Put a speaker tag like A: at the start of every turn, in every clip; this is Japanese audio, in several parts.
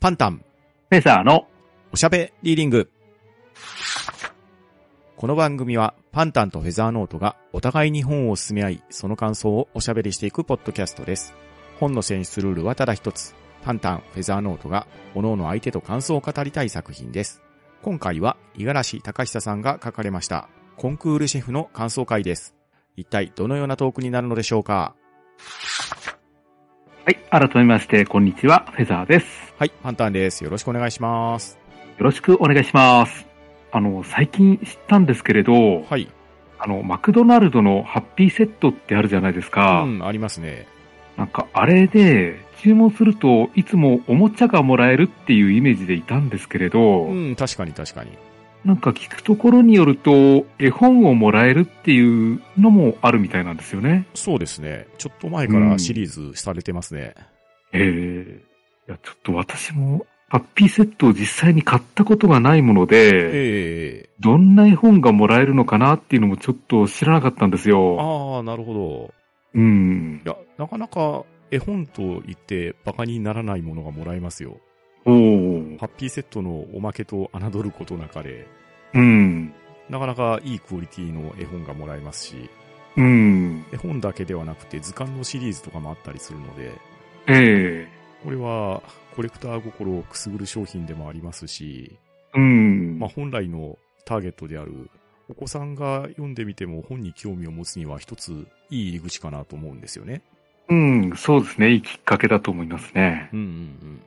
A: パンタン、
B: ペサーの、
A: おしゃべリーディング。この番組は、パンタンとフェザーノートがお互いに本を進め合い、その感想をおしゃべりしていくポッドキャストです。本の選出ルールはただ一つ。パンタン、フェザーノートが、各々相手と感想を語りたい作品です。今回は、五十嵐隆久さんが書かれました、コンクールシェフの感想会です。一体どのようなトークになるのでしょうか
B: はい、改めまして、こんにちは、フェザーです。
A: はい、パンタンです。よろしくお願いします。
B: よろしくお願いします。あの、最近知ったんですけれど、
A: はい。
B: あの、マクドナルドのハッピーセットってあるじゃないです
A: う
B: か。
A: ん、ありますね。
B: なんか、あれで、注文するといつもおもちゃがもらえるっていうイメージでいたんですけれど、
A: うん、確かに確かに。
B: なんか聞くところによると、絵本をもらえるっていうのもあるみたいなんですよね。
A: そうですね。ちょっと前からシリーズされてますね。
B: ええいや、ちょっと私も、ハッピーセットを実際に買ったことがないもので、
A: ええ
B: どんな絵本がもらえるのかなっていうのもちょっと知らなかったんですよ。
A: ああ、なるほど。
B: うん
A: い。や、なかなか絵本と言ってバカにならないものがもらえますよ。
B: おー
A: ハッピーセットのおまけと侮ることなかで、
B: うん。
A: なかなかいいクオリティの絵本がもらえますし、
B: うん。
A: 絵本だけではなくて図鑑のシリーズとかもあったりするので、
B: ええ
A: これはコレクター心をくすぐる商品でもありますし、
B: うん。
A: まあ、本来のターゲットであるお子さんが読んでみても本に興味を持つには一ついい入り口かなと思うんですよね。
B: うん、そうですね。いいきっかけだと思いますね。
A: うんうんうん。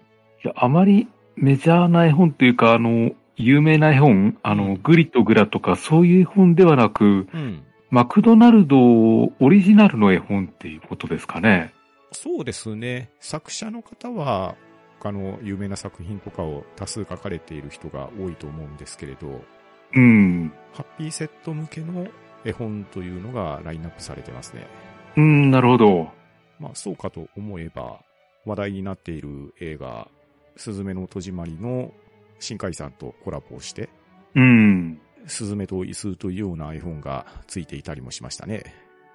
B: いや、あまりメジャーな絵本というか、あの、有名な絵本、あの、グリとグラとかそういう絵本ではなく、
A: うん。
B: マクドナルドオリジナルの絵本っていうことですかね。
A: そうですね。作者の方は、他の有名な作品とかを多数書かれている人が多いと思うんですけれど、
B: うん。
A: ハッピーセット向けの絵本というのがラインナップされてますね。
B: うん、なるほど。
A: まあ、そうかと思えば、話題になっている映画、すずめの戸締まりの新海さんとコラボをして、
B: うん。
A: スズメと椅子というような絵本がついていたりもしましたね。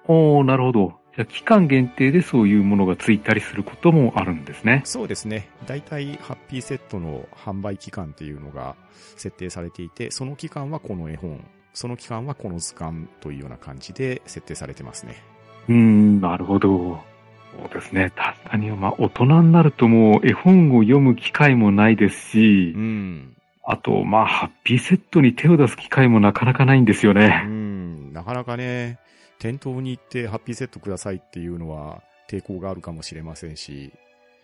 B: おー、なるほど。じゃあ期間限定でそういうものがついたりすることもあるんですね。
A: そうですね。大体、ハッピーセットの販売期間っていうのが設定されていて、その期間はこの絵本、その期間はこの図鑑というような感じで設定されてますね。
B: うん、なるほど。そうですね。確かに、まあ、大人になるともう絵本を読む機会もないですし
A: う、ん。
B: あと、まあ、ハッピーセットに手を出す機会もなかなかないんですよ
A: う
B: ね。
A: ん。なかなかね、店頭に行ってハッピーセットくださいっていうのは抵抗があるかもしれませんし、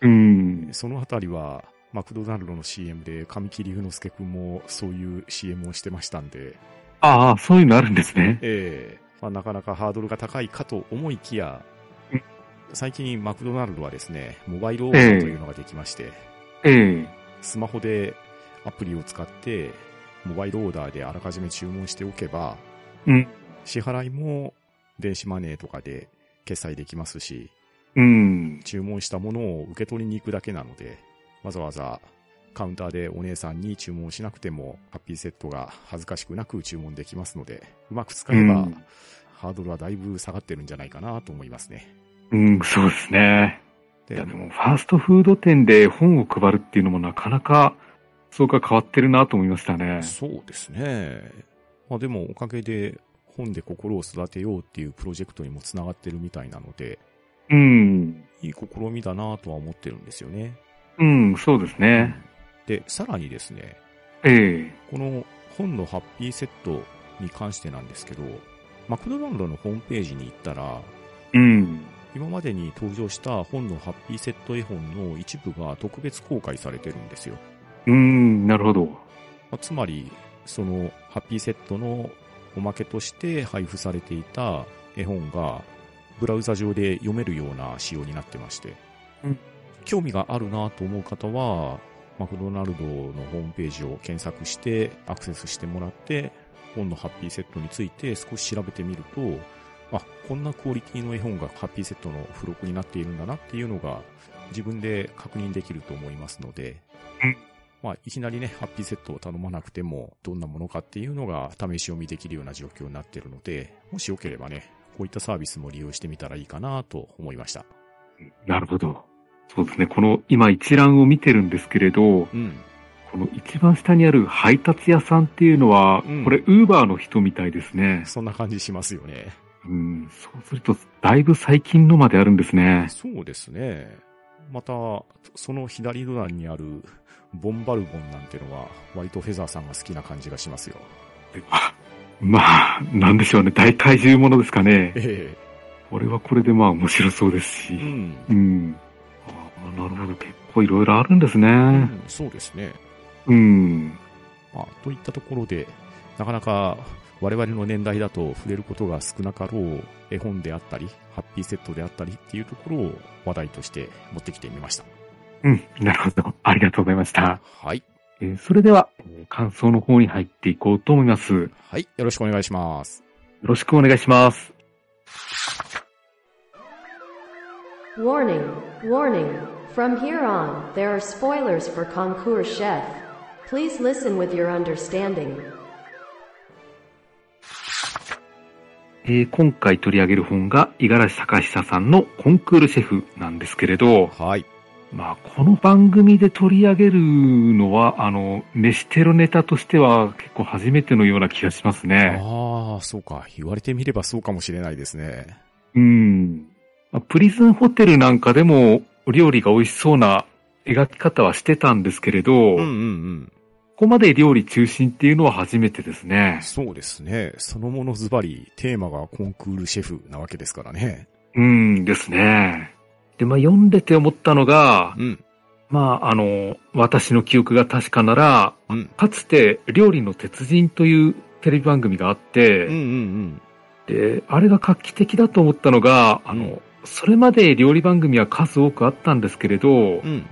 B: うん。
A: そのあたりは、マクドナルドの CM で神木隆之介くんもそういう CM をしてましたんで、
B: ああ、そういうのあるんですね。
A: ええまあ、なかなかハードルが高いかと思いきや
B: うん、
A: 最近マクドナルドはですね、モバイルオーダーというのができまして、
B: ええ。
A: スマホでアプリを使って、モバイルオーダーであらかじめ注文しておけば、
B: うん
A: 支払いも電子マネーとかで決済できますし、
B: うん。
A: 注文したものを受け取りに行くだけなので、わざわざカウンターでお姉さんに注文しなくても、ハッピーセットが恥ずかしくなく注文できますので、うまく使えば、
B: うん
A: ハードルはだいぶ下がってるんじゃないかなと思いますね。
B: うん、そうですね。い
A: で
B: や、でも、ファーストフード店で本を配るっていうのもなかなか、そうか変わってるなと思いましたね。
A: そうですね。まあでもおかげで本で心を育てようっていうプロジェクトにもつながってるみたいなので、
B: うん。
A: いい試みだなとは思ってるんですよね。
B: うん、そうですね。
A: で、さらにですね、
B: ええ。
A: この本のハッピーセットに関してなんですけど、マクドナルドのホームページに行ったら、
B: うん。
A: 今までに登場した本のハッピーセット絵本の一部が特別公開されてるんですよ。
B: うん、なるほど。
A: まあつまり、そのハッピーセットのおまけとして配布されていた絵本が、ブラウザ上で読めるような仕様になってまして、
B: うん
A: 興味があるなと思う方は、マクドナルドのホームページを検索してアクセスしてもらって、本のハッピーセットについて少し調べてみると、あ、こんなクオリティの絵本がハッピーセットの付録になっているんだなっていうのが自分で確認できると思いますので、まあ、いきなりね、ハッピーセットを頼まなくても、どんなものかっていうのが試し読みできるような状況になっているので、もしよければね、こういったサービスも利用してみたらいいかなと思いました。
B: なるほど。そうですね。この今一覧を見てるんですけれど、
A: うん。
B: この一番下にある配達屋さんっていうのは、
A: うん
B: これ、ウーバーの人みたいですね。
A: そんな感じしますよね。
B: うん、そうすると、だいぶ最近のまであるんですね。
A: そうですね。また、その左隣にあるボンバルボンなんてのは、割とフェザーさんが好きな感じがしますよ。
B: あまあ、なんでしょうね。大怪獣ものですかね。
A: え
B: これはこれでまあ面白そうです
A: えう
B: し。
A: ん。
B: うん。ああ、なるほど。結構いろいろあるんです
A: う
B: ね。
A: んそうですね。
B: うん。
A: まあ、といったところで、なかなか我々の年代だと触れることが少なかろう絵本であったり、ハッピーセットであったりっていうところを話題として持ってきてみました。
B: うん。なるほど。ありがとうございました。
A: はい。
B: えーそれでは、えー感想の方に入っていこうと思います。よ
A: はい。よろしくお願いします。
B: ろしくお願いします。
C: Warning, warning. From here on, there are spoilers for Concours Chef. Please listen with your understanding.
B: えー今回取り上げる本が、五十嵐隆久さんのコンクールシェフなんですけれど、
A: はい。
B: まあ、この番組で取り上げるのは、あの、飯テロネタとしては結構初めてのような気がしますね。
A: ああ、そうか。言われてみればそうかもしれないですね。
B: うん。まあプリズンホテルなんかでも、お料理が美味しそうな描き方はしてたんですけれど、
A: うんうん
B: ここまで料理中心っていうのは初めてです
A: う
B: ね
A: ん。。そうですね。そのものズバリ、テーマがコンクールシェフなわけですからね。
B: うんですね。で、まあ、読んでて思ったのが、
A: うん。
B: まあ、あの、私の記憶が確かなら、
A: うん。
B: かつて料理の鉄人というテレビ番組があって、
A: うんうんうん。
B: で、あれが画期的だと思ったのが、あの、それまで料理番組は数多くあったんですけれど、
A: うん。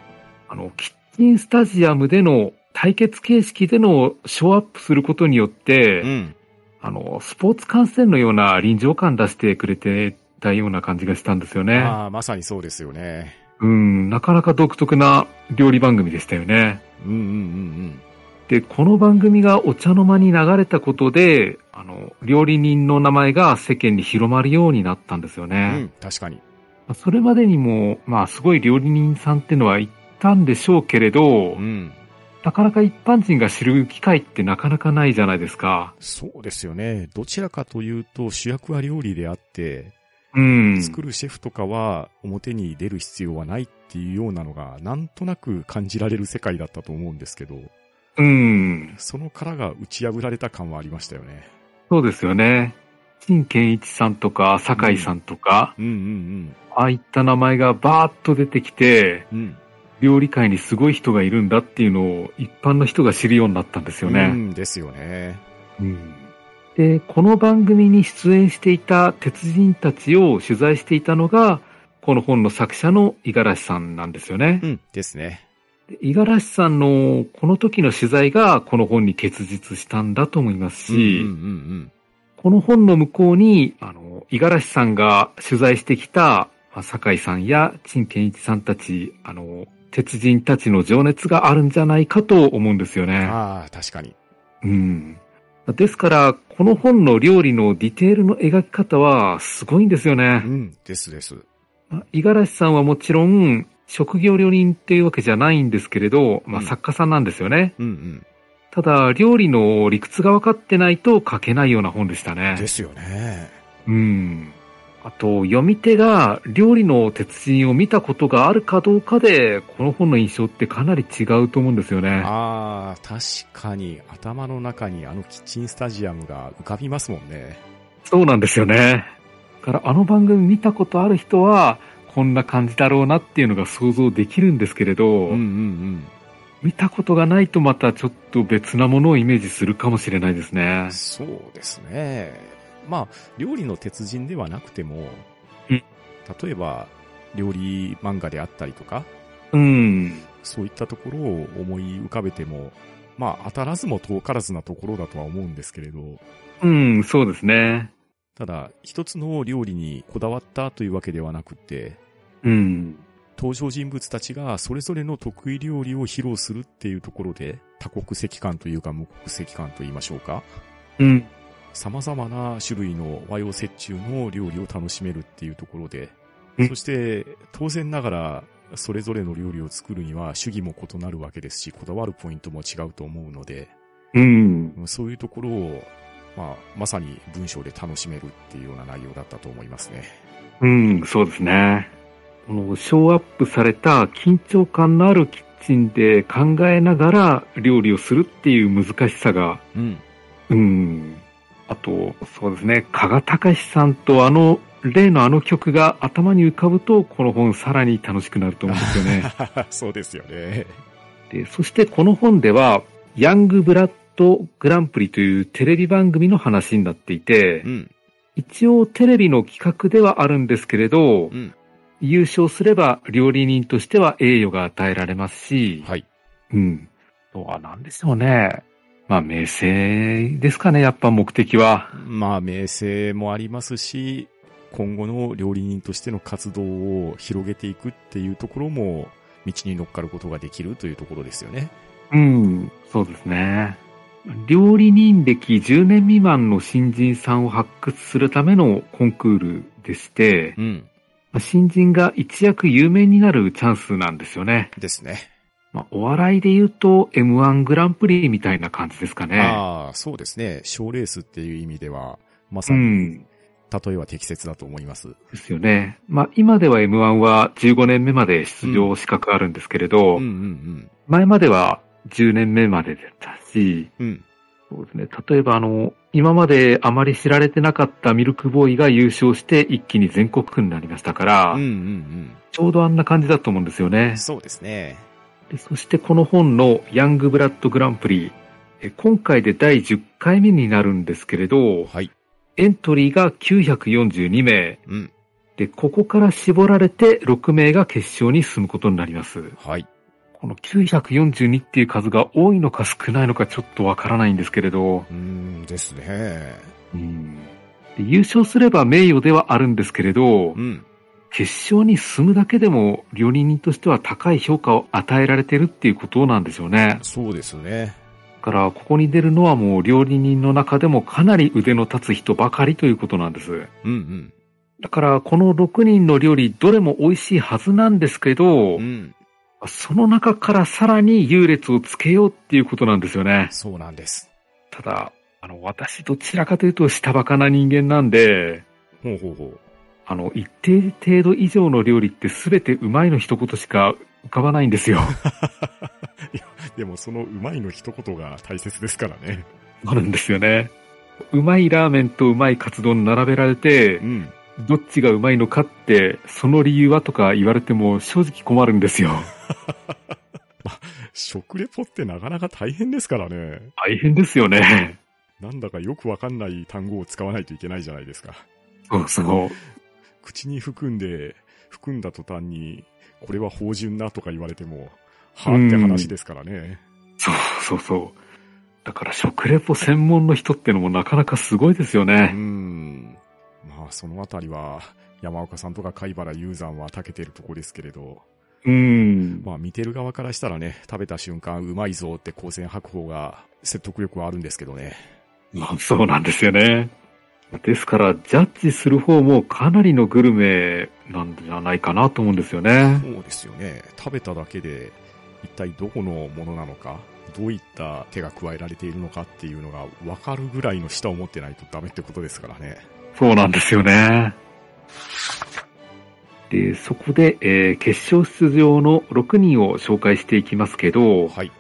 B: あの、キッチンスタジアムでの対決形式でのショーアップすることによって、
A: うん。
B: あの、スポーツ観戦のような臨場感出してくれてたような感じがしたんですよね。
A: ああ、まさにそうですよね。
B: うん、なかなか独特な料理番組でしたよね。
A: うんうんうん
B: で、この番組がお茶の間に流れたことで、あの、料理人の名前が世間に広まるようになったんですよ
A: うん。う
B: ね。
A: ん、確かに。
B: まあそれまでにも、まあ、すごい料理人さんってのはいたんでしょうけれど、
A: うん。
B: なかなか一般人が知る機会ってなかなかないじゃないですか。
A: そうですよね。どちらかというと主役は料理であって、
B: うん。
A: 作るシェフとかは表に出る必要はないっていうようなのが、なんとなく感じられる世界だったと思うんですけど、
B: うん。
A: その殻が打ち破られた感はありましたよね。
B: そうですよね。陳健一さんとか、酒井さんとか、
A: うんうん
B: ああいった名前がバーッと出てきて、
A: うん。うん。
B: 料理界にすごい人がいるんだっていうのを一般の人が知るようになったんですよ
A: う
B: ね。
A: んですよね。
B: うんで、この番組に出演していた鉄人たちを取材していたのが、この本の作者の五十嵐さんなんですよね
A: う。ん。ですね。
B: で五十嵐さんのこの時の取材がこの本に結実したんだと思います
A: うんうん
B: し、
A: うん
B: この本の向こうに、あの、五十嵐さんが取材してきた、まあ、酒井さんや陳健一さんたち、あの、鉄人たちの情熱があるんじゃないかと思うんですよ
A: うん。
B: ね。
A: ああ、確かに。
B: うん。ですから、この本の料理のディテールの描き方はすごいんですよ
A: う
B: ね。
A: ん。ですです。
B: まあ五十嵐さんはもちろん、職業料理人っていうわけじゃないんですけれど、まあ、
A: うん
B: 作家さんなんですよね。
A: うん
B: ただ、料理の理屈が分かってないと書けないような本でし
A: う
B: たね
A: ん。。ですよね。
B: うん。あと、読み手が料理の鉄人を見たことがあるかどうかで、この本の印象ってかなり違うと思うんですよね。
A: ああ、確かに頭の中にあのキッチンスタジアムが浮かびますもんね。
B: そうなんですよね。だから、あの番組見たことある人は、こんな感じだろうなっていうのが想像できるんですけれど、
A: ん
B: 見たことがないとまたちょっと別なものをイメージするかもしれないですね。
A: そうですね。まあ、料理の鉄人ではなくても、
B: うん
A: 例えば料理漫画であったりとか、
B: うん。
A: そういったところを思い浮かべても、まあ、当たらずも遠からずなところだとは思うんですけれど、
B: うん、そうですね。
A: ただ、一つの料理にこだわったというわけではなくて、
B: うん。
A: 登場人物たちがそれぞれの得意料理を披露するっていうところで、多国籍感というか無国籍感と言いましょうか。
B: うん。
A: 様々な種類の和洋折衷の料理を楽しめるっていうところで
B: う、ん
A: そして当然ながらそれぞれの料理を作るには主義も異なるわけですし、こだわるポイントも違うと思うので、
B: うん。
A: そういうところを、まあ、まさに文章で楽しめるっていうような内容だったと思いますね。
B: うん、そうですね。この、ショーアップされた緊張感のあるキッチンで考えながら料理をするっていう難しさが、
A: うん。
B: うん。あと、そうですね、加賀隆さんとあの、例のあの曲が頭に浮かぶと、この本さらに楽しくなると思うんですよ ね。
A: そうですよね。
B: で、そしてこの本では、ヤングブラッドグランプリというテレビ番組の話になっていて、
A: うん。
B: 一応テレビの企画ではあるんですけれど、
A: うん
B: 優勝すれば料理人としては栄誉が与えられますし、
A: はい。
B: うん。あとは何でしょうね。まあ、名声ですかね、やっぱ目的は。
A: まあ、名声もありますし、今後の料理人としての活動を広げていくっていうところも、道に乗っかることができるというところですよね。
B: うん、そうですね。料理人歴10年未満の新人さんを発掘するためのコンクールでして、
A: うん。
B: まあ新人が一躍有名になるチャンスなんですよね。
A: ですね。
B: まあ、お笑いで言うと M1 グランプリみたいな感じですかね。
A: ああ、そうですね。賞レースっていう意味では、まさ
B: う
A: に、
B: ん。
A: 例えは適切だと思います。
B: ですよね。まあ、今では M1 は15年目まで出場資格あるんですけれど、
A: うんうん
B: 前までは10年目まででしたし、
A: うん。うん。
B: そうですね。例えばあの、今まであまり知られてなかったミルクボーイが優勝して一気に全国区になりましたから、
A: うんうん
B: ちょうどあんな感じだと思うんですよ
A: う
B: ね
A: ん。。そうですね。
B: でそしてこの本のヤングブラッドグランプリ、え今回で第10回目になるんですけれど、
A: はい。
B: エントリーが942名、
A: うん。
B: で、ここから絞られて6名が決勝に進むことになります。
A: はい。
B: この942っていう数が多いのか少ないのかちょっとわからないんですけれど、
A: うーんですね。
B: うんで優勝すれば名誉ではあるんですけれ
A: う、
B: ど
A: ん。
B: 決勝に進むだけでも料理人としては高い評価を与えられてるっていうことなんでしょうね。
A: そうですね。
B: だから、ここに出るのはもう料理人の中でもかなり腕の立つ人ばかりということなんです。
A: うん
B: だから、この6人の料理どれも美味しいはずなんですけ
A: う
B: ど、
A: ん。うん。
B: その中からさらに優劣をつけようっていうことなんですよね。
A: そうなんです。
B: ただ、あの、私どちらかというと下バカな人間なんで、
A: ほうほうほう。
B: あの、一定程度以上の料理って全てうまいの一言しか浮かばないんですよ。
A: でもそのうまいの一言が大切ですからね。
B: そうなんですよね。うまいラーメンとうまいカツ丼並べられて
A: う、ん。
B: どっちがうまいのかって、その理由はとか言われても正直困るんですよ。
A: 食レポってなかなか大変ですからね。
B: 大変ですよね。
A: なんだかよくわかんない単語を使わないといけないじゃないですか。
B: そうそう。
A: 口に含んで、含んだ途端に、これは芳醇なとか言われても、は
B: うん
A: あって話ですからね。
B: そうそうそう。だから食レポ専門の人ってのもなかなかすごいですよ
A: う
B: ね。
A: ん。まあ、そのあたりは、山岡さんとか貝原雄山は長けてるとこですけれど、
B: うん。
A: まあ、見てる側からしたらね、食べた瞬間、うまいぞって光線吐く方が説得力はあるんですけどね。
B: そうなんですよね。ですから、ジャッジする方もかなりのグルメなんじゃないかなと思うんですよね。
A: そうですよね。食べただけで、一体どこのものなのか、どういった手が加えられているのかっていうのが分かるぐらいの舌を持ってないとダメってことですからね。
B: そうなんですよね。で、そこで、えー決勝出場の6人を紹介していきますけど、
A: はい。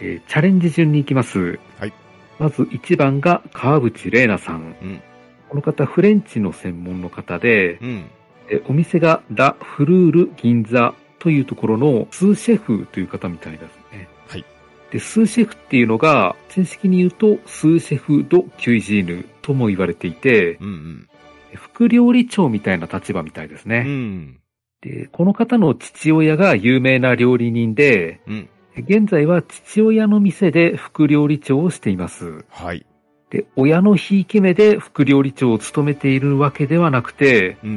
B: えーチャレンジ順に行きます。
A: はい
B: まず1番が川淵玲奈さん。
A: うん
B: この方、フレンチの専門の方で、
A: うん。
B: えお店がラ・フルール銀座というところのスーシェフという方みたいですね。
A: はい。
B: で、スーシェフっていうのが、正式に言うと、スーシェフ・ド・キュイジーヌとも言われていて、
A: うんうん。
B: 副料理長みたいな立場みたいです
A: う
B: ね。
A: ん。
B: で、この方の父親が有名な料理人で、
A: うん。
B: 現在は父親の店で副料理長をしています。
A: はい。
B: で、親のひいき目で副料理長を務めているわけではなくて、
A: うん。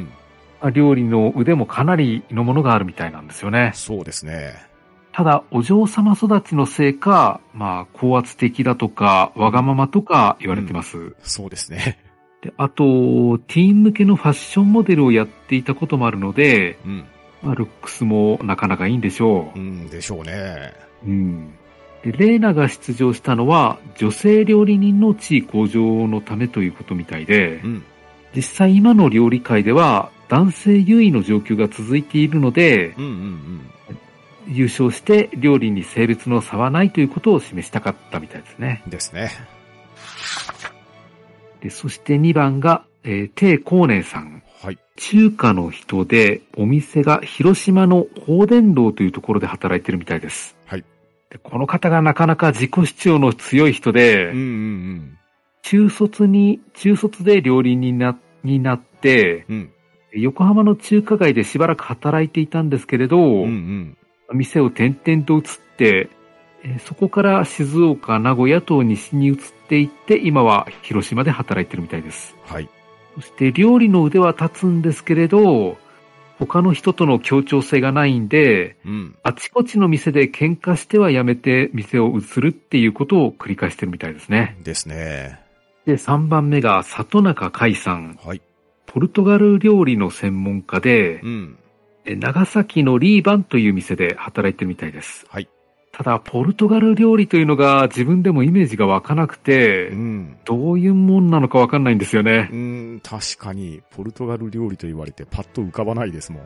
B: まあ料理の腕もかなりのものがあるみたいなんですよね。
A: そうですね。
B: ただ、お嬢様育ちのせいか、まあ、高圧的だとか、わがままとか言われてます。
A: そうですね。
B: であと、ティーン向けのファッションモデルをやっていたこともあるので、
A: うん。
B: まあ、ルックスもなかなかいいんでしょ
A: う
B: う。
A: んでしょうね。
B: うん。で、レーナが出場したのは、女性料理人の地位向上のためということみたいで
A: う、ん。
B: 実際今の料理界では、男性優位の状況が続いているので
A: う、んうんうん。
B: 優勝して料理に性別の差はないということを示したかったみたいですね。
A: ですね。
B: で、そして2番が、えー、帝光年さん。
A: はい。
B: 中華の人で、お店が広島の宝伝堂というところで働いてるみたいです。
A: はい。
B: でこの方がなかなか自己主張の強い人で、
A: うんうん
B: 中卒に、中卒で料理人になになって、
A: うん。うん。
B: 横浜の中華街でしばらく働いていたんですけれど、
A: うんうん。
B: 店を転々と移って、えーそこから静岡、名古屋と西に移っていって、今は広島で働いてるみたいです。
A: はい。
B: そして料理の腕は立つんですけれど、他の人との協調性がないんで、
A: うん。
B: あちこちの店で喧嘩してはやめて店を移るっていうことを繰り返してるみたいですね。
A: ですね。
B: で、3番目が里中海さん。
A: はい。
B: ポルトガル料理の専門家で、
A: うん。
B: え長崎のリーバンという店で働いてるみたいです。
A: はい。
B: ただ、ポルトガル料理というのが自分でもイメージが湧かなくて、
A: うん。
B: どういうもんなのかわかんないんですよね
A: う。ん、確かに、ポルトガル料理と言われてパッと浮かばないですもん。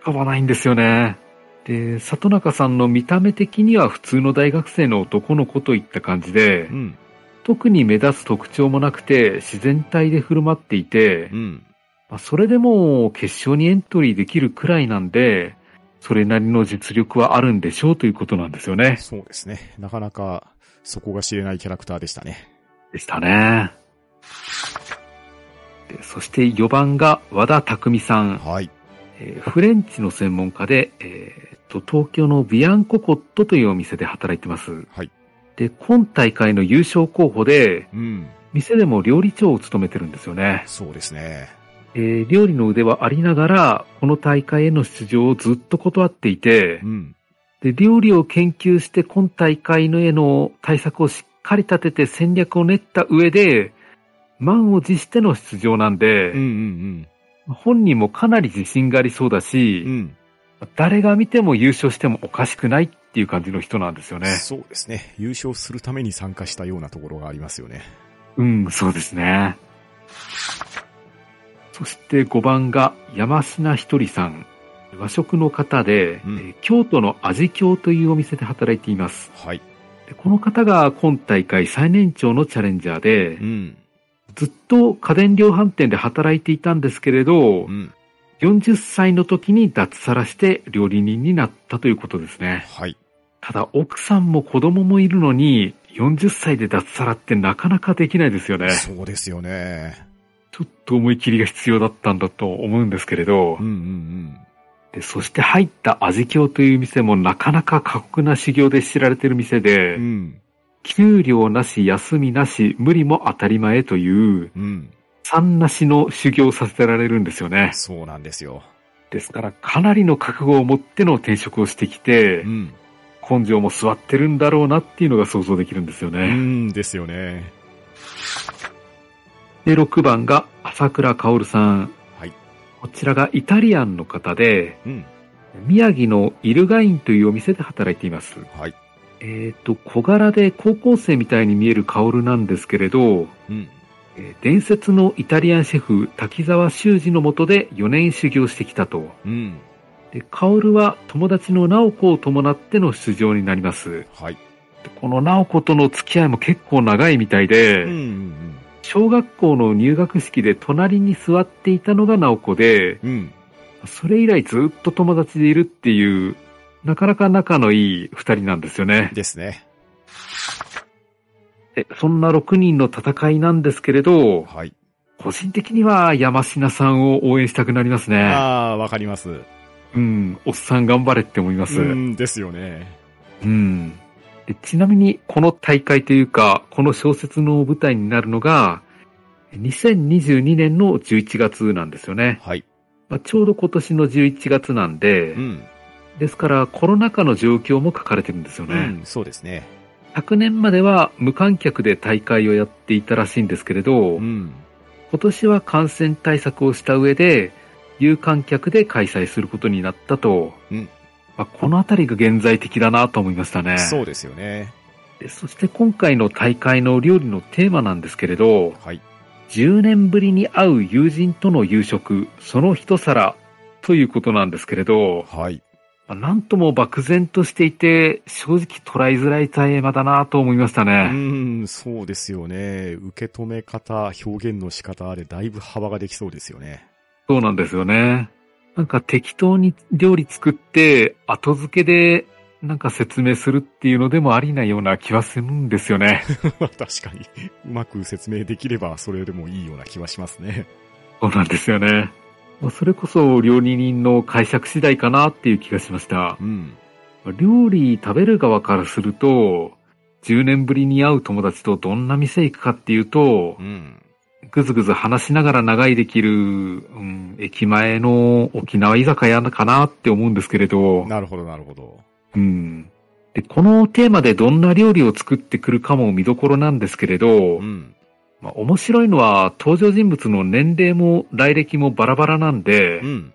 B: 浮かばないんですよね。で、里中さんの見た目的には普通の大学生の男の子といった感じで
A: う、ん。
B: 特に目立つ特徴もなくて、自然体で振る舞っていて、
A: うん。
B: まあ、それでも決勝にエントリーできるくらいなんで、それなりの実力はあるんでしょうということなんですよね。
A: そうですね。なかなか、そこが知れないキャラクターでしたね。
B: でしたね。でそして4番が和田匠さん。
A: はい。
B: えーフレンチの専門家で、えーと、東京のビアンココットというお店で働いてます。
A: はい。
B: で、今大会の優勝候補で、
A: うん。
B: 店でも料理長を務めてるんですよね。
A: そうですね。
B: えー料理の腕はありながら、この大会への出場をずっと断っていて
A: う、ん。
B: で、料理を研究して今大会のへの対策をしっかり立てて戦略を練った上で、満を持しての出場なんで、
A: うんうん
B: 本人もかなり自信がありそうだし、
A: うん。うん。
B: 誰が見ても優勝してもおかしくないっていう感じの人なんですよね。
A: そうですね。優勝するために参加したようなところがありますよね。
B: うん、そうですね。そして5番が山品ひとりさん。和食の方で、
A: うん
B: えー京都の味京というお店で働いています。
A: はい。
B: でこの方が今大会最年長のチャレンジャーで、
A: うん。
B: ずっと家電量販店で働いていたんですけれど
A: う、ん。
B: 40歳の時に脱サラして料理人になったということですね。
A: はい。
B: ただ奥さんも子供もいるのに、40歳で脱サラってなかなかできないですよね。
A: そうですよね。
B: ちょっと思い切りが必要だったんだと思うんですけれど
A: うん、うん
B: でそして入った味京という店もなかなか過酷な修行で知られてる店
A: う
B: で
A: ん。う、ん。
B: 給料なし、休みなし、無理も当たり前という、
A: うん。
B: 三なしの修行をさせられるんですよね。
A: そうなんですよ。
B: ですからかなりの覚悟を持っての転職をしてきて
A: う、ん。
B: 根性も座ってるんだろうなっていうのが想像できるんですよね。
A: うんですよね。
B: で、6番が朝倉薫さん。
A: はい
B: こちらがイタリアンの方で、
A: うん。
B: 宮城のイルガインというお店で働いています。
A: はい。
B: えっ、と、小柄で高校生みたいに見える薫なんですけれど、
A: うん。
B: えー伝説のイタリアンシェフ滝沢修二のもとで4年修行してきたと。
A: うん。
B: で、薫は友達の直子を伴っての出場になります。
A: はい。
B: でこの直子との付き合いも結構長いみたいで、
A: うんうん
B: 小学校の入学式で隣に座っていたのが直子で、
A: うん。うん。
B: それ以来ずっと友達でいるっていう、なかなか仲のいい二人なんですよね。
A: ですね。
B: でそんな6人の戦いなんですけれど、
A: はい。
B: 個人的には山品さんを応援したくなりますね。
A: ああ、わかります。
B: うん、おっさん頑張れって思います。
A: う
B: うん。
A: んですよね。
B: でちなみに、この大会というか、この小説の舞台になるのが、2022年の11月なんですよね。
A: はい。
B: まあ、ちょうど今年の11月なんで、
A: うん。
B: ですからコロナ禍の状況も書かれてるんですよ
A: う
B: ね。
A: ん、そうですね。
B: 昨年までは無観客で大会をやっていたらしいんですけれど、
A: うん。
B: 今年は感染対策をした上で、有観客で開催することになったと、
A: うん
B: まあ、このあたりが現在的だなと思いましたね。
A: そうですよね。
B: でそして今回の大会の料理のテーマなんですけれど、
A: はい。
B: 10年ぶりに会う友人との夕食、その一皿ということなんですけれど、
A: はい。
B: まあなんとも漠然としていて、正直捉えづらいテーマだなと思いました
A: う
B: ね。
A: ーん、そうですよね。受け止め方、表現の仕方でだいぶ幅ができそうですよね。
B: そうなんですよね。なんか適当に料理作って、後付けでなんか説明するっていうのでもありなような気はするんです よね。
A: まあ確かに、うまく説明できればそれでもいいような気はしますね。
B: そうなんですよね。まあそれこそ料理人の解釈次第かなっていう気がしました。
A: うん。
B: 料理食べる側からすると、10年ぶりに会う友達とどんな店行くかっていうと
A: う、ん。
B: ぐずぐず話しながら長いできる、うん、駅前の沖縄居酒屋かなって思うんですけれど、
A: なるほど、なるほど。
B: うん。で、このテーマでどんな料理を作ってくるかも見どころなんですけれど、
A: うん。
B: まあ、面白いのは登場人物の年齢も来歴もバラバラなんで
A: う、ん。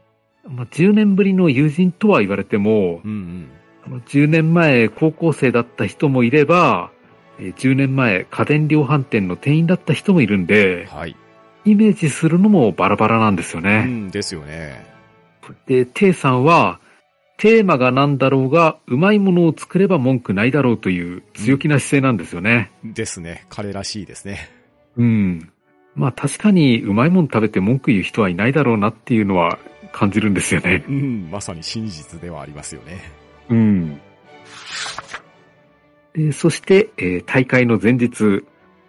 B: まあ、10年ぶりの友人とは言われても、
A: うんうん。
B: あの10年前高校生だった人もいれば、えー10年前家電量販店の店員だった人もいるんで、
A: はい。
B: イメージするのもバラバラなんですよ
A: う
B: ね。
A: んですよね。
B: で、テイさんは、テーマが何だろうが、うまいものを作れば文句ないだろうという強気な姿勢なんですよね。
A: ですね。彼らしいですね。
B: うん。まあ確かにうまいもの食べて文句言う人はいないだろうなっていうのは感じるんですよね。
A: うん、まさに真実ではありますよね。
B: うん。でそして、えー大会の前日、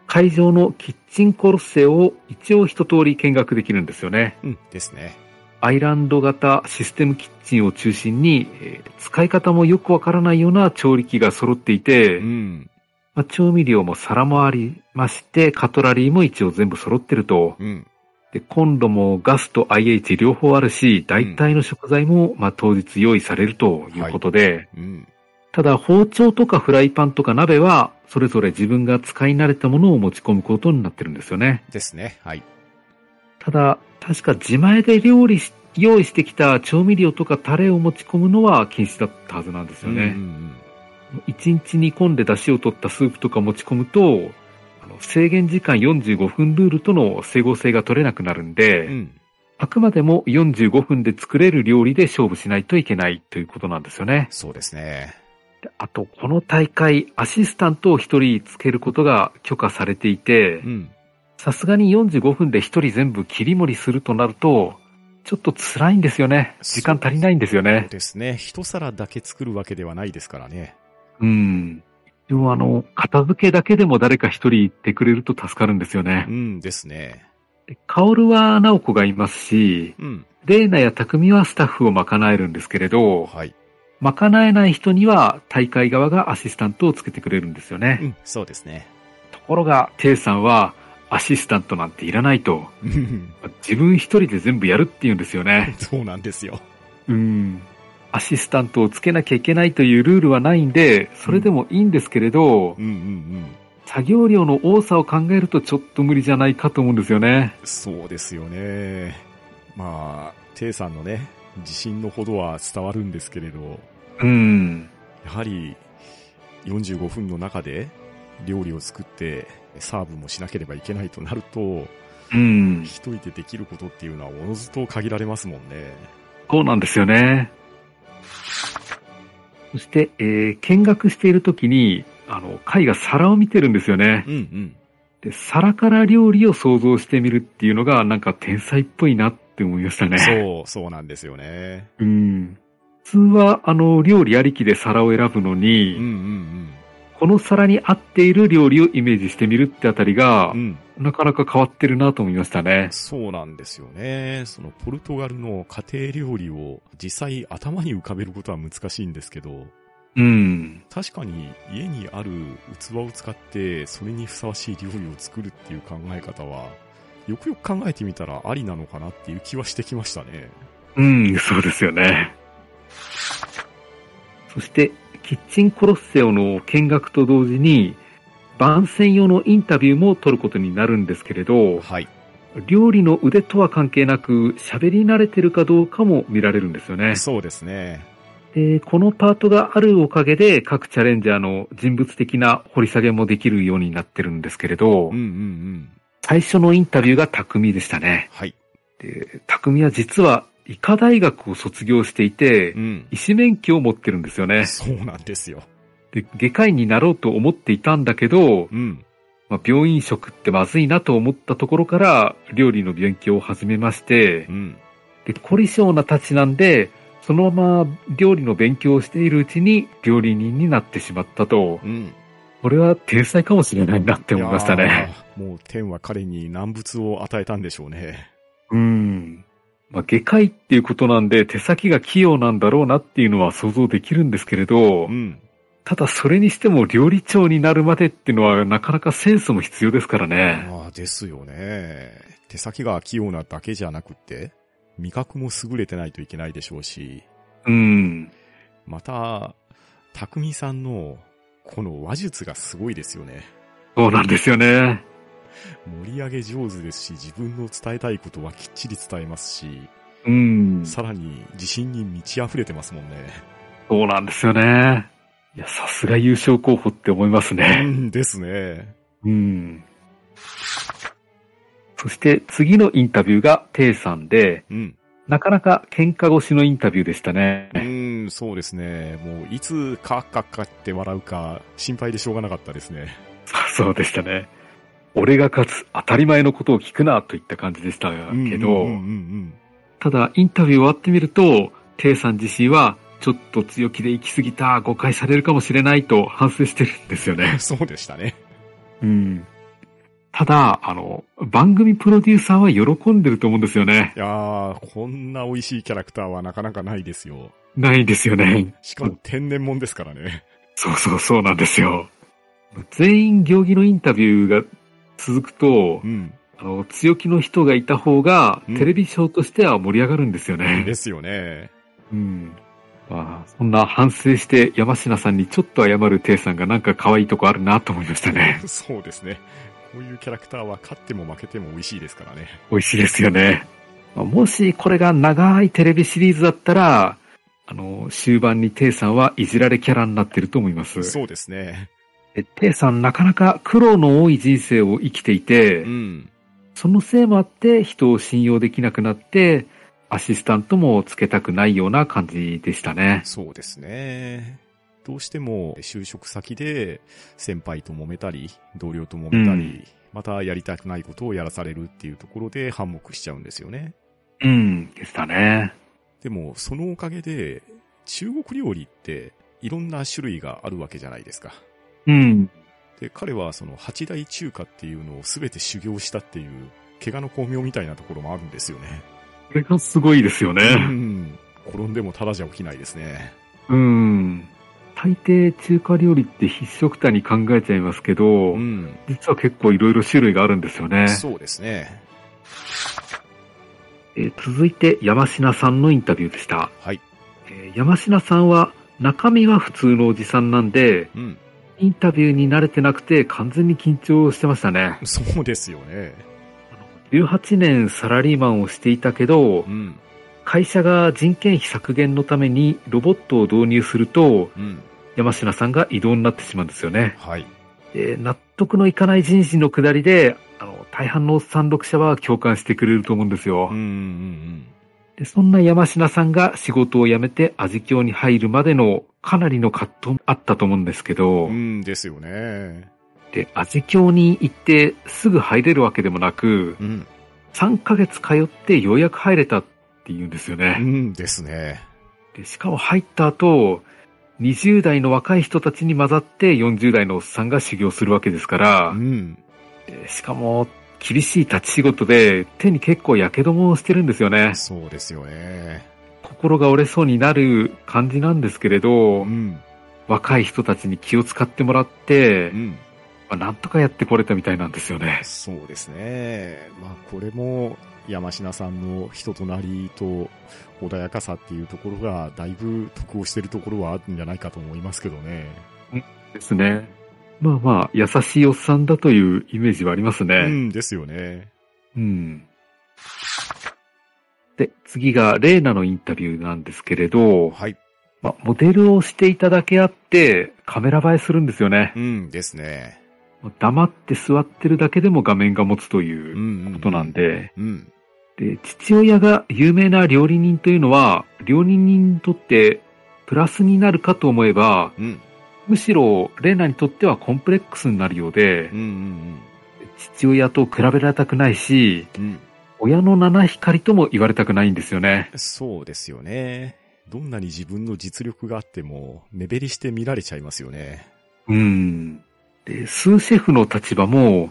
B: 会場のキッチンコロッセオを一応一通り見学できるんですよね。
A: うん、ですね。
B: アイランド型システムキッチンを中心に、えー使い方もよくわからないような調理器が揃っていて、
A: うん、
B: まあ調味料も皿もありまして、カトラリーも一応全部揃ってると。
A: うん、
B: でコンロもガスと IH 両方あるし、大体の食材も、まあ、当日用意されるということで、
A: うん、
B: ただ包丁とかフライパンとか鍋は、それぞれ自分が使い慣れたものを持ち込むことになってるんですよね。
A: ですね。はい。
B: ただ、確か自前で料理し、用意してきた調味料とかタレを持ち込むのは禁止だったはずなんですよ
A: う
B: ね。
A: ん
B: 一日煮込んで出汁を取ったスープとか持ち込むと、あの制限時間45分ルールとの整合性が取れなくなるんで、
A: うん、うん、
B: あくまでも45分で作れる料理で勝負しないといけないということなんですよね。
A: そうですね。
B: あと、この大会、アシスタントを一人つけることが許可されていて
A: う、ん、
B: さすがに45分で一人全部切り盛りするとなると、ちょっと辛いんですよね。時間足りないんですよ
A: そう
B: ね。
A: ですね。一皿だけ作るわけではないですからね。
B: うん。でもあの、片付けだけでも誰か一人行ってくれると助かるんですよね
A: う。ん、ですね。
B: でカオルは直子がいますし、
A: うん、
B: レーナや匠はスタッフを賄えるんですけれど、
A: はい。
B: 賄えない人には大会側がアシスタントをつけてくれるんですよね。
A: うん、そうですね。
B: ところが、テイさんは、アシスタントなんていらないと、
A: うん
B: 自分一人で全部やるって言うんですよね。
A: そうなんですよ。
B: うん。アシスタントをつけなきゃいけないというルールはないんで、それでもいいんですけれど、
A: うん、うん、うん。
B: 作業量の多さを考えるとちょっと無理じゃないかと思うんですよね。
A: そうですよね。まあ、テイさんのね、自信のほどは伝わるんですけれど、
B: うん。
A: やはり45分の中で料理を作ってサーブもしなければいけないとなると、
B: うん。
A: 一人でできることっていうのはおのずと限られますもんね。
B: そうなんですよね。そして、えー見学しているときに、あの、貝が皿を見てるんですよね。
A: うんうん。
B: で、皿から料理を想像してみるっていうのが、なんか天才っぽいなって思いましたね。
A: そう、そうなんですよね。
B: う。ん。普通は、あの、料理ありきで皿を選ぶのに、
A: うんうん
B: この皿に合っている料理をイメージしてみるってあたりが
A: うん。う、ん。
B: なかなか変わってるなと思いましたね。
A: そうなんですよね。そのポルトガルの家庭料理を実際頭に浮かべることは難しいんですけど、
B: うん。
A: 確かに家にある器を使ってそれにふさわしい料理を作るっていう考え方はよくよく考えてみたらありなのかなっていう気はしてきましたね。
B: うん、そうですよね。そして、キッチンコロッセオの見学と同時に、番宣用のインタビューも取ることになるんですけれど、
A: はい。
B: 料理の腕とは関係なく、喋り慣れてるかどうかも見られるんですよ ね。
A: そうですね。
B: で、このパートがあるおかげで、各チャレンジャーの人物的な掘り下げもできるようになってるんですけれど、
A: うんうんうん。
B: 最初のインタビューが匠でしたね。
A: はい。
B: で、匠は実は医科大学を卒業していて
A: う、ん。
B: 医師免許を持ってるんですよね。
A: そうなんですよ。
B: で、外科医になろうと思っていたんだけど、
A: うん。
B: まあ、病院食ってまずいなと思ったところから、料理の勉強を始めまして
A: う、ん。
B: で、凝り性なたちなんで、そのまま料理の勉強をしているうちに料理人になってしまったと、
A: うん。
B: これは天才かもしれないなって思いましたね。
A: いやー。もう天は彼に難物を与えたんでしょうね。
B: うん。まあ、外科医っていうことなんで手先が器用なんだろうなっていうのは想像できるんですけれど
A: う、ん。
B: ただそれにしても料理長になるまでっていうのはなかなかセンスも必要ですからね。
A: ああ、ですよね。手先が器用なだけじゃなくって、味覚も優れてないといけないでしょうし、
B: うん。
A: また、匠さんの、この話術がすごいですよね。
B: そうなんですよね。
A: 盛り上げ上手ですし、自分の伝えたいことはきっちり伝えますし、
B: うん。そ
A: さらに自信に満ち溢れてますもんね。
B: うなんですよね。いや、さすが優勝候補って思いますね。
A: うん、ですね。
B: うん。そして次のインタビューがテイさんで、
A: うん。
B: なかなか喧嘩越しのインタビューでしたね。
A: うん、そうですね。もう、いつカッカッカって笑うか、心配でしょうがなかったですね。
B: そうでしたね。俺が勝つ当たり前のことを聞くなといった感じでしたけど、
A: うんうんうんうん
B: ただインタビュー終わってみると、テイさん自身はちょっと強気で行き過ぎた、誤解されるかもしれないと反省してるんですよ
A: う
B: ね
A: ん。。 そうでしたね。
B: うん。ただ、あの、番組プロデューサーは喜んでると思うんですよね
A: い。やー、こんな美味しいキャラクターはなかなかないですよ。
B: ないんですよね。
A: しかも天然もんですからね。
B: そうそうそうなんですよ。全員行儀のインタビューが続くと
A: う、ん。
B: あの、強気の人がいた方が
A: うん、
B: テレビショーとしては盛り上がるんですよね
A: で。すよね。。
B: うん。まあ、そんな反省して山科さんにちょっと謝るテイさんがなんか可愛いとこあるなと思いましたね
A: そうですね。こういうキャラクターは勝っても負けても美味しいですからね。
B: 美味しいですよね。まあもしこれが長いテレビシリーズだったら、あの、終盤にテイさんはいじられキャラになってると思います。
A: そうですね。
B: でテイさんなかなか苦労の多い人生を生きていて、
A: うん。
B: そのせいもあって人を信用できなくなって、アシスタントもつけたくないような感じでしたね。
A: そうですね。どうしても就職先で先輩と揉めたり、同僚と揉めたり、
B: うん
A: またやりたくないことをやらされるっていうところで反目しちゃうんですよね。
B: うん、でしたね。
A: でも、そのおかげで、中国料理っていろんな種類があるわけじゃないですか。
B: うん。
A: で、彼はその八大中華っていうのを全て修行したっていう、怪我の巧妙みたいなところもあるんですよね。
B: これがすごいですよ
A: う
B: ね。
A: ん。転んでもただじゃ起きないですね。
B: うん。大抵中華料理って必食単に考えちゃいますけど、
A: うん。
B: 実は結構いろいろ種類があるんですよね。
A: そうですね。
B: えー続いて山科さんのインタビューでした。
A: はい。
B: えー山科さんは中身は普通のおじさんなんで、
A: うん。
B: インタビューに慣れてなくて完全に緊張してましたね。
A: そうですよね。
B: 18年サラリーマンをしていたけど
A: う、ん。
B: 会社が人件費削減のためにロボットを導入すると、
A: うん。
B: 山科さんが異動になってしまうんですよね。
A: はい。
B: で納得のいかない人事の下りで、あの、大半の三読者は共感してくれると思うんですよ。
A: うんうんうん。
B: でそんな山科さんが仕事を辞めて味教に入るまでのかなりの葛藤もあったと思うんですけど、
A: うんですよね。
B: で、味教に行ってすぐ入れるわけでもなく、
A: うん。
B: 3ヶ月通ってようやく入れたって言うんですよね。
A: うんですね。
B: で、しかも入った後、20代の若い人たちに混ざって40代のおっさんが修行するわけですから
A: う、ん。
B: えーしかも厳しい立ち仕事で手に結構やけどもしてるんですよね。
A: そうですよね。
B: 心が折れそうになる感じなんですけれ
A: う
B: ど、
A: ん。
B: 若い人たちに気を使ってもらって
A: う、ん。
B: まあなんとかやってこれたみたいなんですよね。
A: そうですね。まあ、これも、山科さんの人となりと穏やかさっていうところが、だいぶ得をしてるところはあるんじゃないかと思いますけどね。
B: ですね。まあまあ、優しいおっさんだというイメージはありますね。
A: うんですよね。
B: うん。で、次がレーナのインタビューなんですけれど、
A: はい。
B: まあ、モデルをしていただけあってカメラ映えするんですよね
A: う。んですね。
B: もう黙って座ってるだけでも画面が持つと
A: う、
B: いうん
A: うん。
B: ことなん。で、
A: うん。
B: で、父親が有名な料理人というのは、料理人にとってプラスになるかと思えば、
A: うん。
B: むしろレーナにとってはコンプレックスになるようで
A: うん。う、ん。
B: 父親と比べられたくないし、
A: うん。うん。
B: 親の七光とも言われたくないんですよね。
A: そうですよね。どんなに自分の実力があっても、目減りして見られちゃいますよね。
B: うん。で、スーシェフの立場も、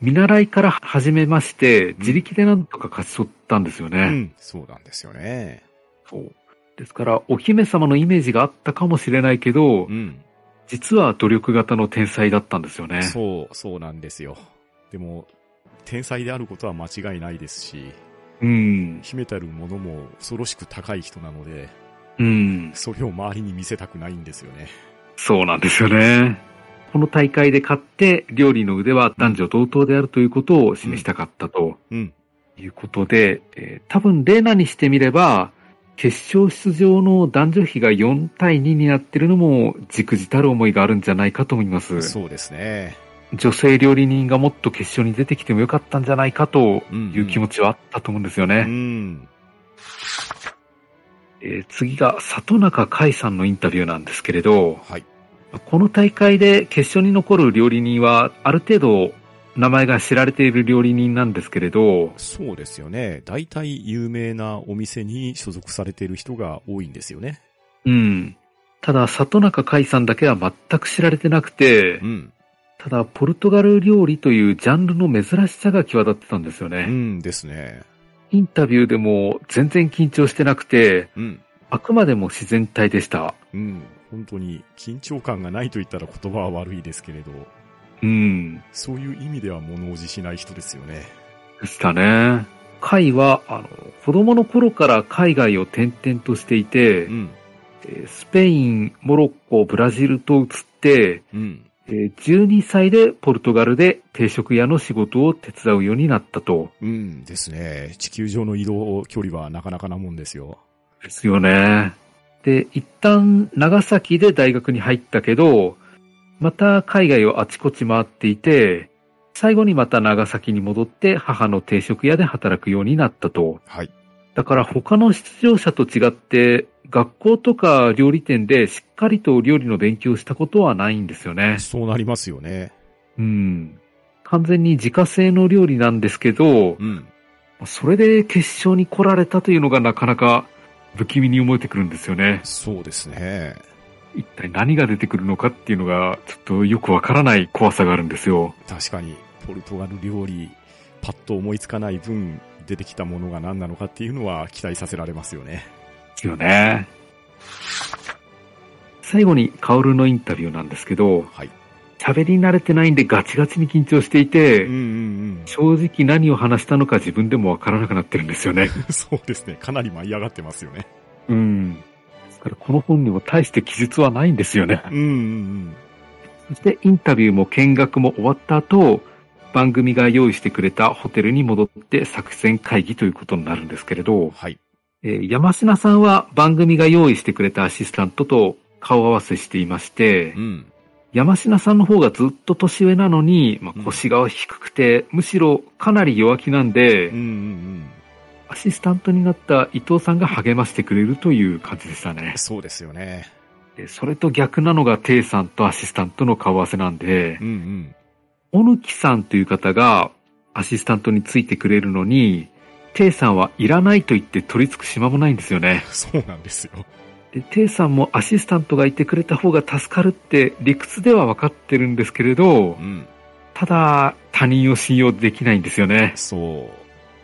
B: 見習いから始めまして、自力でなんとか勝ち取ったんですよね。
A: うん。そうなんですよね。
B: そう。ですから、お姫様のイメージがあったかもしれないけど、
A: うん。
B: 実は努力型の天才だったんですよね。
A: そう、そうなんですよ。でも、天才であることは間違いないですし、
B: う。うん。
A: 秘めたるものも恐ろしく高い人なので、
B: うん。
A: それを周りに見せたくないんですよね。
B: そうなんですよね。この大会で勝って、料理の腕は男女同等であるということを示したかったと
A: うん。
B: いうことで、えー多分、レーナにしてみれば、決勝出場の男女比が4対2になってるのも、じくじたる思いがあるんじゃないかと思います。
A: そうですね。
B: 女性料理人がもっと決勝に出てきてもよかったんじゃないかと
A: うん
B: いう気持ちはあったと思うんですよね。
A: うん。
B: えー次が里中海さんのインタビューなんですけれど、
A: はい。
B: この大会で決勝に残る料理人は、ある程度名前が知られている料理人なんですけれど、
A: そうですよね。大体有名なお店に所属されている人が多いんですよね。
B: うん。ただ、里中海さんだけは全く知られてなくて
A: う、ん。
B: ただ、ポルトガル料理というジャンルの珍しさが際立ってたんですよ
A: う
B: ね。
A: んですね。
B: インタビューでも全然緊張してなくて、
A: うん。
B: あくまでも自然体でした。
A: うん。本当に緊張感がないと言ったら言葉は悪いですけれど、
B: うん。
A: そういう意味では物おじしない人ですよね。
B: でしたね。海は、あの、子供の頃から海外を転々としていて、
A: ん。
B: えースペイン、モロッコ、ブラジルと移って、
A: うん。
B: えー12歳でポルトガルで定食屋の仕事を手伝うようになったと。
A: うんですね。地球上の移動距離はなかなかなもんですよ。
B: ですよね。で、一旦長崎で大学に入ったけど、また海外をあちこち回っていて、最後にまた長崎に戻って母の定食屋で働くようになったと。
A: はい。
B: だから他の出場者と違って、学校とか料理店でしっかりと料理の勉強をしたことはないんですよね。
A: そうなりますよね。
B: うん。完全に自家製の料理なんですけど、
A: うん。
B: それで決勝に来られたというのがなかなか不気味に思えてくるんですよね。
A: そうですね。
B: 一体何が出てくるのかっていうのが、ちょっとよくわからない怖さがあるんですよ。
A: 確かに、ポルトガル料理、パッと思いつかない分、出てきたものが何なのかっていうのは期待させられますよね。
B: ですよね。最後にカオルのインタビューなんですけど、
A: はい。
B: 喋り慣れてないんでガチガチに緊張していて、
A: うんうん
B: 正直何を話したのか自分でもわからなくなってるんですよね。
A: うん。そうですね。かなり舞い上がってますよね。
B: うん。ですからこの本にも大して記述はないんですよね。
A: うんうん
B: そしてインタビューも見学も終わった後、番組が用意してくれたホテルに戻って作戦会議ということになるんですけれ
A: うん。
B: ど、
A: はい。
B: えー山科さんは番組が用意してくれたアシスタントと顔合わせしていまして
A: う、ん。
B: 山科さんの方がずっと年上なのに、まあ
A: うん
B: 腰が低くて、むしろかなり弱気なんで、
A: うんうんうん。
B: アシスタントになった伊藤さんが励ましてくれるという感じでしたね。
A: そうですよね。
B: でそれと逆なのが、テイさんとアシスタントの顔合わせなんで
A: う、んうん。
B: 小ぬきさんという方がアシスタントについてくれるのに、テイさんはいらないと言って取り付く島もないんですよね。
A: そうなんですよ。
B: で、テイさんもアシスタントがいてくれた方が助かるって理屈では分かってるんですけれど
A: う、ん。
B: ただ、他人を信用できないんですよね。
A: そ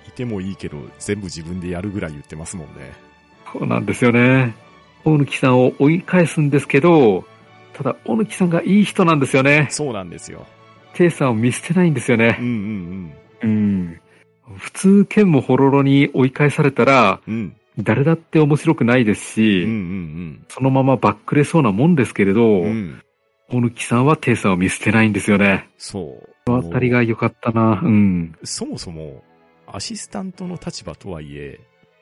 A: う。いてもいいけど、全部自分でやるぐらい言ってますもんね。
B: そうなんですよね。小ぬきさんを追い返すんですけど、ただ、小ぬきさんがいい人なんですよね。
A: そうなんですよ。
B: テイさんを見捨てないんですよ
A: う
B: ね。
A: んうん
B: うん。普通、剣もほろろに追い返されたら、
A: うん。うん。
B: 誰だって面白くないですし、
A: うんうん
B: そのままバックれそうなもんですけれど、
A: うん。うん。
B: 小貫さんはテイさんを見捨てないんですよね。
A: そう。
B: このあたりが良かったな。うん。
A: そもそも、アシスタントの立場とはいえ、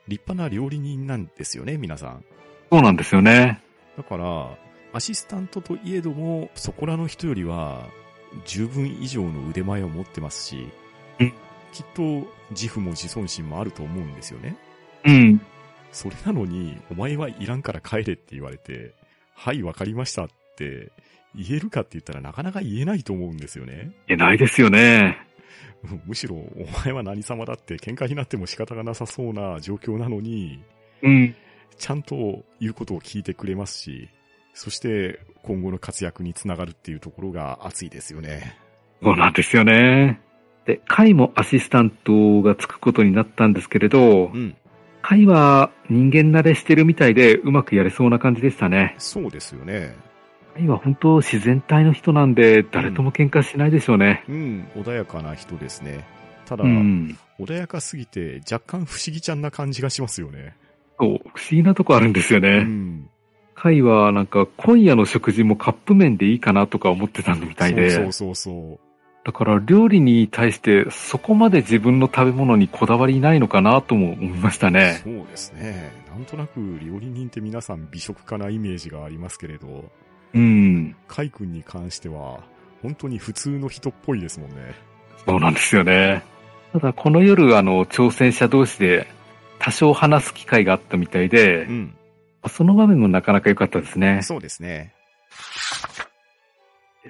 A: 立派な料理人なんですよね、皆さん。
B: そうなんですよね。
A: だから、アシスタントといえども、そこらの人よりは、十分以上の腕前を持ってますし
B: うん、
A: きっと自負も自尊心もあると思うんですよね。
B: うん。
A: それなのに、お前はいらんから帰れって言われて、はい、わかりましたって言えるかって言ったらなかなか言えないと思うんですよね。
B: いないですよね。
A: うんむしろ、お前は何様だって喧嘩になっても仕方がなさそうな状況なのに、
B: うん。
A: ちゃんと言うことを聞いてくれますし、そして今後の活躍につながるっていうところが熱いですよね。
B: そうなんですよね。で、会もアシスタントがつくことになったんですけれど
A: う、ん。
B: 会は人間慣れしてるみたいでうまくやれそうな感じでしたね。
A: そうですよね。
B: 会は本当自然体の人なんで、誰とも喧嘩しないでしょうね。
A: うん、穏やかな人ですね。ただ、
B: うん。
A: 穏やかすぎて若干不思議ちゃんな感じがしますよね。
B: そう、不思議なとこあるんですよ
A: う
B: ね。
A: ん。
B: 会はなんか今夜の食事もカップ麺でいいかなとか思ってたみたいで。
A: そうそうそう
B: だから料理に対してそこまで自分の食べ物にこだわりないのかなとも思いました
A: そう。
B: ね。
A: そうですね。なんとなく料理人って皆さん美食家なイメージがありますけれど、
B: うん。
A: カイ君に関しては、本当に普通の人っぽいですもんね。
B: そうなんですよね。ただこの夜あの挑戦者同士で多少話す機会があったみたいで、
A: ん。
B: その場面もなかなか良かったですね。
A: そうですね。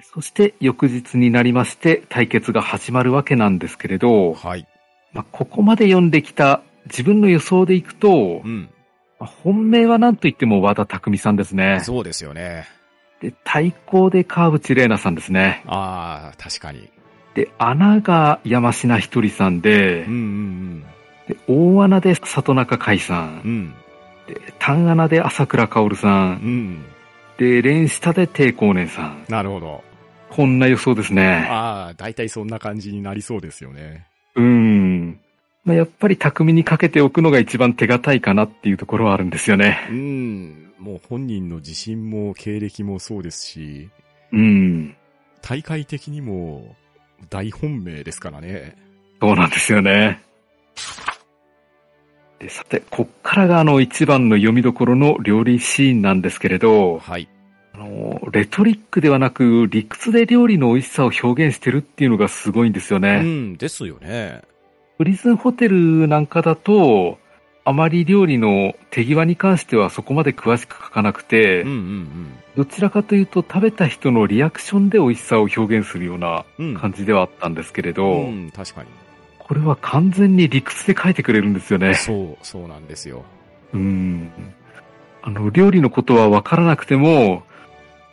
B: そして翌日になりまして対決が始まるわけなんですけれど、
A: はい。
B: まあ、ここまで読んできた自分の予想でいくと、
A: うん。
B: まあ本命は何と言っても和田匠さんですね。
A: そうですよね。
B: で対抗で川淵玲奈さんですね。
A: ああ、確かに。
B: で、穴が山品ひとりさんで
A: うん、うん
B: で大穴で里中海さ、
A: うん。うんん。
B: で単穴で朝倉薫さ、
A: うんん。
B: で、連下で低光年さん。
A: なるほど。
B: こんな予想ですね。
A: ああ、大体そんな感じになりそうですよね。
B: うん。まあ、やっぱり匠にかけておくのが一番手堅いかなっていうところはあるんですよね。
A: うん。もう本人の自信も経歴もそうですし、
B: うん。
A: 大会的にも大本命ですからね。
B: そうなんですよね。でさて、こっからがあの一番の読みどころの料理シーンなんですけれど、
A: はい。
B: あの、レトリックではなく理屈で料理の美味しさを表現してるっていうのがすごいんですよね。
A: ん、ですよね。
B: プリズンホテルなんかだと、あまり料理の手際に関してはそこまで詳しく書かなくて、
A: うんうん
B: どちらかというと食べた人のリアクションで美味しさを表現するような
A: うん。うん。
B: 感じではあったんですけれど、
A: うん、確かに。
B: これは完全に理屈で書いてくれるんですよね。
A: そう、そうなんですよ。
B: うん。あの、料理のことはわからなくても、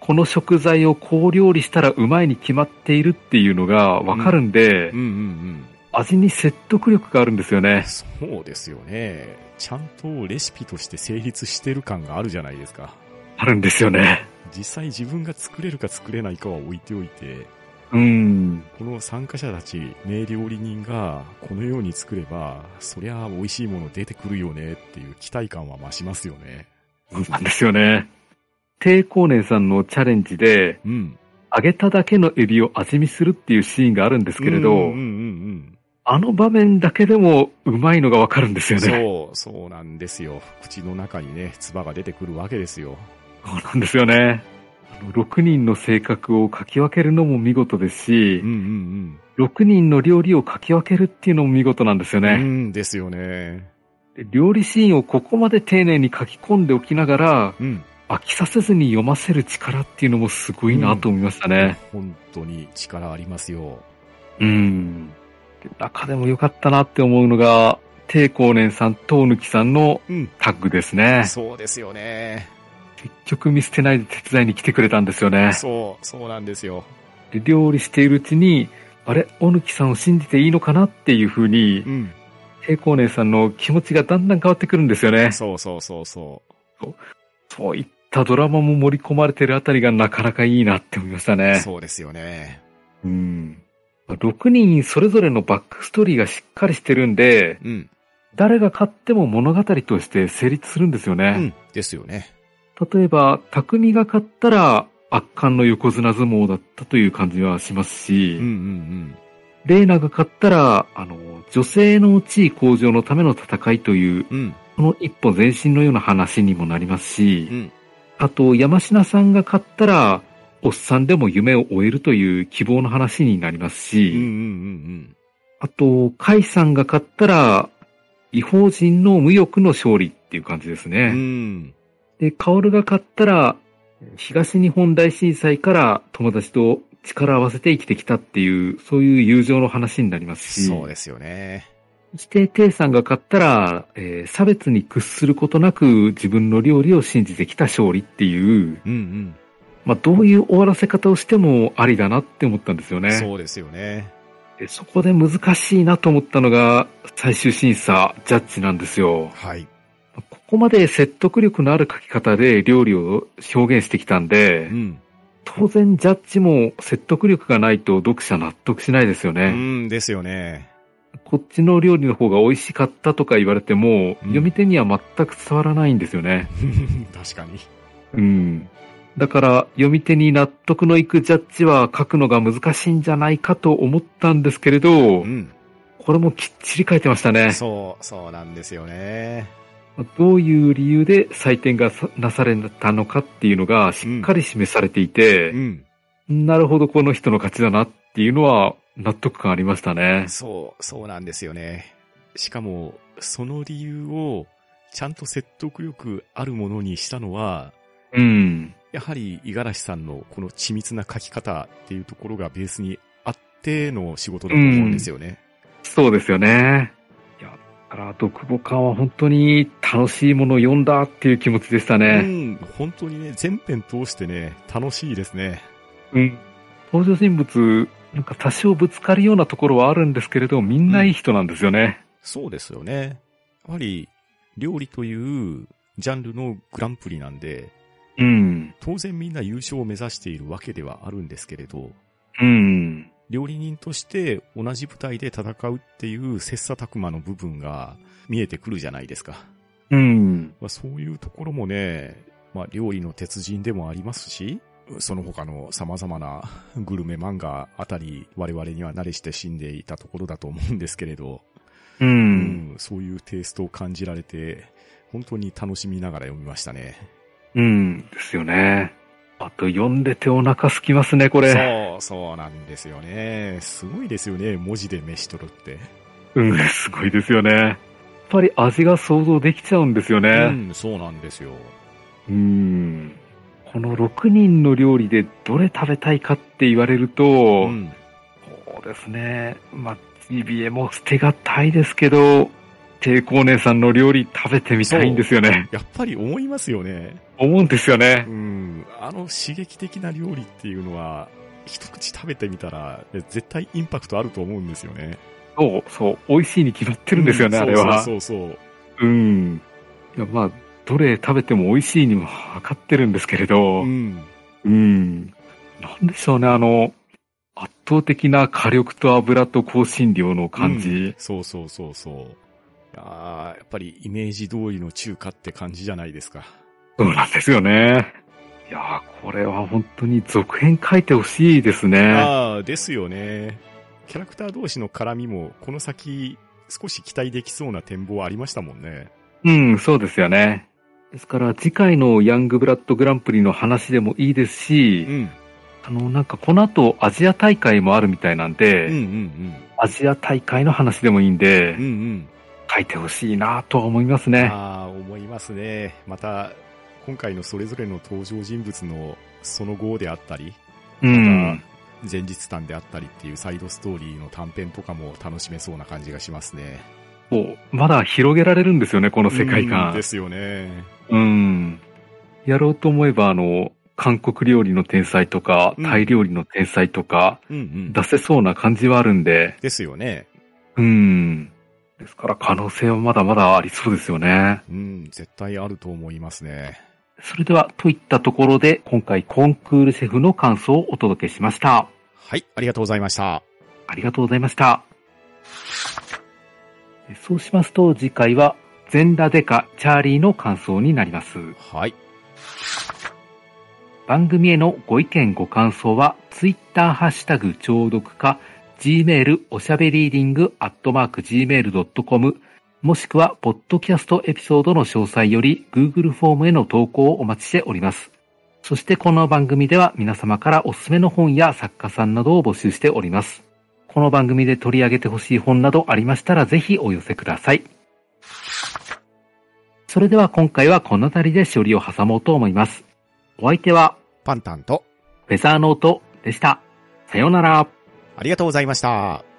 B: この食材をこう料理したらうまいに決まっているっていうのがわかるんで、
A: うんうん
B: 味に説得力があるんです
A: う
B: よ
A: ん。
B: ね。
A: そうですよね。ちゃんとレシピとして成立してる感があるじゃないですか。
B: あるんですよね。
A: 実際自分が作れるか作れないかは置いておいて、
B: うん。
A: この参加者たち、名料理人がこのように作れば、そりゃ美味しいもの出てくるよねっていう期待感は増しますよね。
B: そうなんですよね。低光年さんのチャレンジで、
A: うん。
B: 揚げただけのエビを味見するっていうシーンがあるんですけれ
A: う
B: ど、
A: んうんうん
B: あの場面だけでもうまいのがわかるんです
A: うん。
B: よね。
A: そう、そうなんですよ。口の中にね、唾が出てくるわけですよ。
B: そうなんですよね。あの6人の性格を書き分けるのも見事ですし、
A: うんうん
B: 6人の料理を書き分けるっていうのも見事なんですよ
A: うん。う
B: ね。
A: んですよね。
B: で料理シーンをここまで丁寧に書き込んでおきながら、
A: うん。
B: 飽きさせずに読ませる力っていうのもすごいなと思いましたね。
A: 本当に力ありますよ。
B: うん。で中でも良かったなって思うのが、低光年さんとおぬきさんの
A: うん。
B: タッグですね。
A: そうですよね。
B: 結局見捨てないで手伝いに来てくれたんですよね。
A: そう、そうなんですよ。
B: で料理しているうちに、あれ、おぬきさんを信じていいのかなっていう風に
A: う、ん。
B: 平光年さんの気持ちがだんだん変わってくるんですよね。
A: そうそうそうそ
B: そういったドラマも盛り込まれてるあたりがなかなかいいなって思いました
A: う。
B: ね。
A: そうですよね。
B: うん。6人それぞれのバックストーリーがしっかりしてるんで、
A: うん。
B: 誰が勝っても物語として成立するんですよ
A: う
B: ね。
A: ん。ですよね。
B: 例えば、匠が勝ったら圧巻の横綱相撲だったという感じはしますし、
A: うんうんうん。
B: レーナが勝ったら、あの、女性の地位向上のための戦いという、
A: うん。
B: この一歩前進のような話にもなりますし、
A: うん。
B: あと、山科さんが勝ったら、おっさんでも夢を終えるという希望の話になりますし、
A: うんうんうん
B: あと、甲斐さんが勝ったら、違法人の無欲の勝利っていう感じで
A: う
B: す
A: ん。う
B: ね。
A: ん。
B: で、薫が勝ったら、東日本大震災から友達と力を合わせて生きてきたっていう、そういう友情の話になりますし、
A: そうですよね。
B: そして、テイさんが勝ったら、えー差別に屈することなく自分の料理を信じてきた勝利っていう、
A: うん
B: まあ、どういう終わらせ方をしてもありだなって思ったんですよ
A: うん。
B: ね。
A: そうですよね。
B: でそこで難しいなと思ったのが、最終審査、ジャッジなんですよ。
A: はい。
B: ここまで説得力のある書き方で料理を表現してきたんで
A: う、ん。
B: 当然ジャッジも説得力がないと読者納得しないですよ
A: う
B: ね。
A: んですよね。
B: こっちの料理の方が美味しかったとか言われても、読み手には全く伝わらないんですよね。
A: 確かに。
B: うん。だから、読み手に納得のいくジャッジは書くのが難しいんじゃないかと思ったんですけれど
A: う、ん。
B: これもきっちり書いてましたね。
A: そう、そうなんですよね。
B: どういう理由で採点がさなされたのかっていうのがしっかり示されていて、
A: うん。
B: なるほど、この人の勝ちだなっていうのは納得感ありましたね。
A: そう、そうなんですよね。しかも、その理由を、ちゃんと説得力あるものにしたのは、
B: うん。
A: やはり五十嵐さんのこの緻密な書き方っていうところがベースにあっての仕事だと思うんですよね。
B: そうですよね。いや、だから、独母感は本当に楽しいものを読んだっていう気持ちでした
A: うん、
B: ね。
A: 本当にね、全編通してね、楽しいですね。
B: うん。登場人物、なんか多少ぶつかるようなところはあるんですけれど、みんないい人なんですよね。
A: そうですよね。やはり、料理というジャンルのグランプリなんで、
B: うん。
A: 当然みんな優勝を目指しているわけではあるんですけれど、
B: うん。
A: 料理人として同じ舞台で戦うっていう切磋琢磨の部分が見えてくるじゃないですか。
B: うん。
A: まあ、そういうところもね、まあ、料理の鉄人でもありますし、その他の様々な グルメ漫画あたり、我々には慣れ親しんでいたところだと思うんですけれど、
B: う。
A: うんそういうテイストを感じられて、本当に楽しみながら読みましたね。
B: うん。ですよね。あと、読んでてお腹すきますね、これ。
A: そう、そうなんですよね。すごいですよね、文字で飯とるって。
B: うん、すごいですよね。やっぱり味が想像できちゃうんですよ
A: う
B: ね。
A: ん、そうなんですよ。
B: うん。この6人の料理でどれ食べたいかって言われる
A: う
B: と、
A: ん、
B: そうですね。まあ、GBA も捨てがたいですけど、抵抗姉さんの料理食べてみたいんですよね。
A: やっぱり思いますよね。
B: 思うんですよね
A: う。ん、あの刺激的な料理っていうのは、一口食べてみたら、え絶対インパクトあると思うんですよね。
B: そう、そう、美味しいに決まってるんですよね、
A: う
B: あれは。
A: そうそうそう。
B: うん。いや、まあ、どれ食べても美味しいにも測ってるんですけれど、
A: うん。
B: うん。なんでしょうね、あの、圧倒的な火力と油と香辛料の感
A: うん
B: じ。
A: そうそうそうそう。あーやっぱりイメージ通りの中華って感じじゃないですか。
B: そうなんですよね。いやー、これは本当に続編書いてほしいですね。
A: ああ、ですよね。キャラクター同士の絡みも、この先、少し期待できそうな展望ありましたもんね。
B: うん、そうですよね。ですから、次回のヤングブラッドグランプリの話でもいいですし、
A: ん。
B: あの、なんかこの後アジア大会もあるみたいなんで、
A: うんうん
B: アジア大会の話でもいいん
A: うん。
B: で、
A: うんうん。
B: 書いてほしいなとは思いますね。
A: ああ、思いますね。また、今回のそれぞれの登場人物のその後であったり、
B: うん。
A: 前日談であったりっていうサイドストーリーの短編とかも楽しめそうな感じがしますね。
B: こうまだ広げられるんですよね、この世界
A: う
B: 観。
A: んですよね。
B: うん。やろうと思えば、あの、韓国料理の天才とか、
A: うん
B: タイ料理の天才とか、
A: うんうん。
B: 出せそうな感じはあるんで、
A: ですよね。
B: うん。ですから可能性はまだまだありそうですよね。
A: うん、絶対あると思いますね。
B: それでは、といったところで、今回コンクールシェフの感想をお届けしました。
A: はい、ありがとうございました。
B: ありがとうございました。そうしますと、次回は、全裸デカチャーリーの感想になります。
A: はい。
B: 番組へのご意見ご感想は、ツイッターハッシュタグ聴読か、 gmail おしゃべりーディングアットマーク gmail.com もしくは、ポッドキャストエピソードの詳細より Google フォームへの投稿をお待ちしております。そしてこの番組では皆様からおすすめの本や作家さんなどを募集しております。この番組で取り上げてほしい本などありましたらぜひお寄せください。それでは今回はこの辺りで処理を挟もうと思います。お相手は、
A: パンタンと、
B: フェザーノートでした。さようなら。
A: ありがとうございました。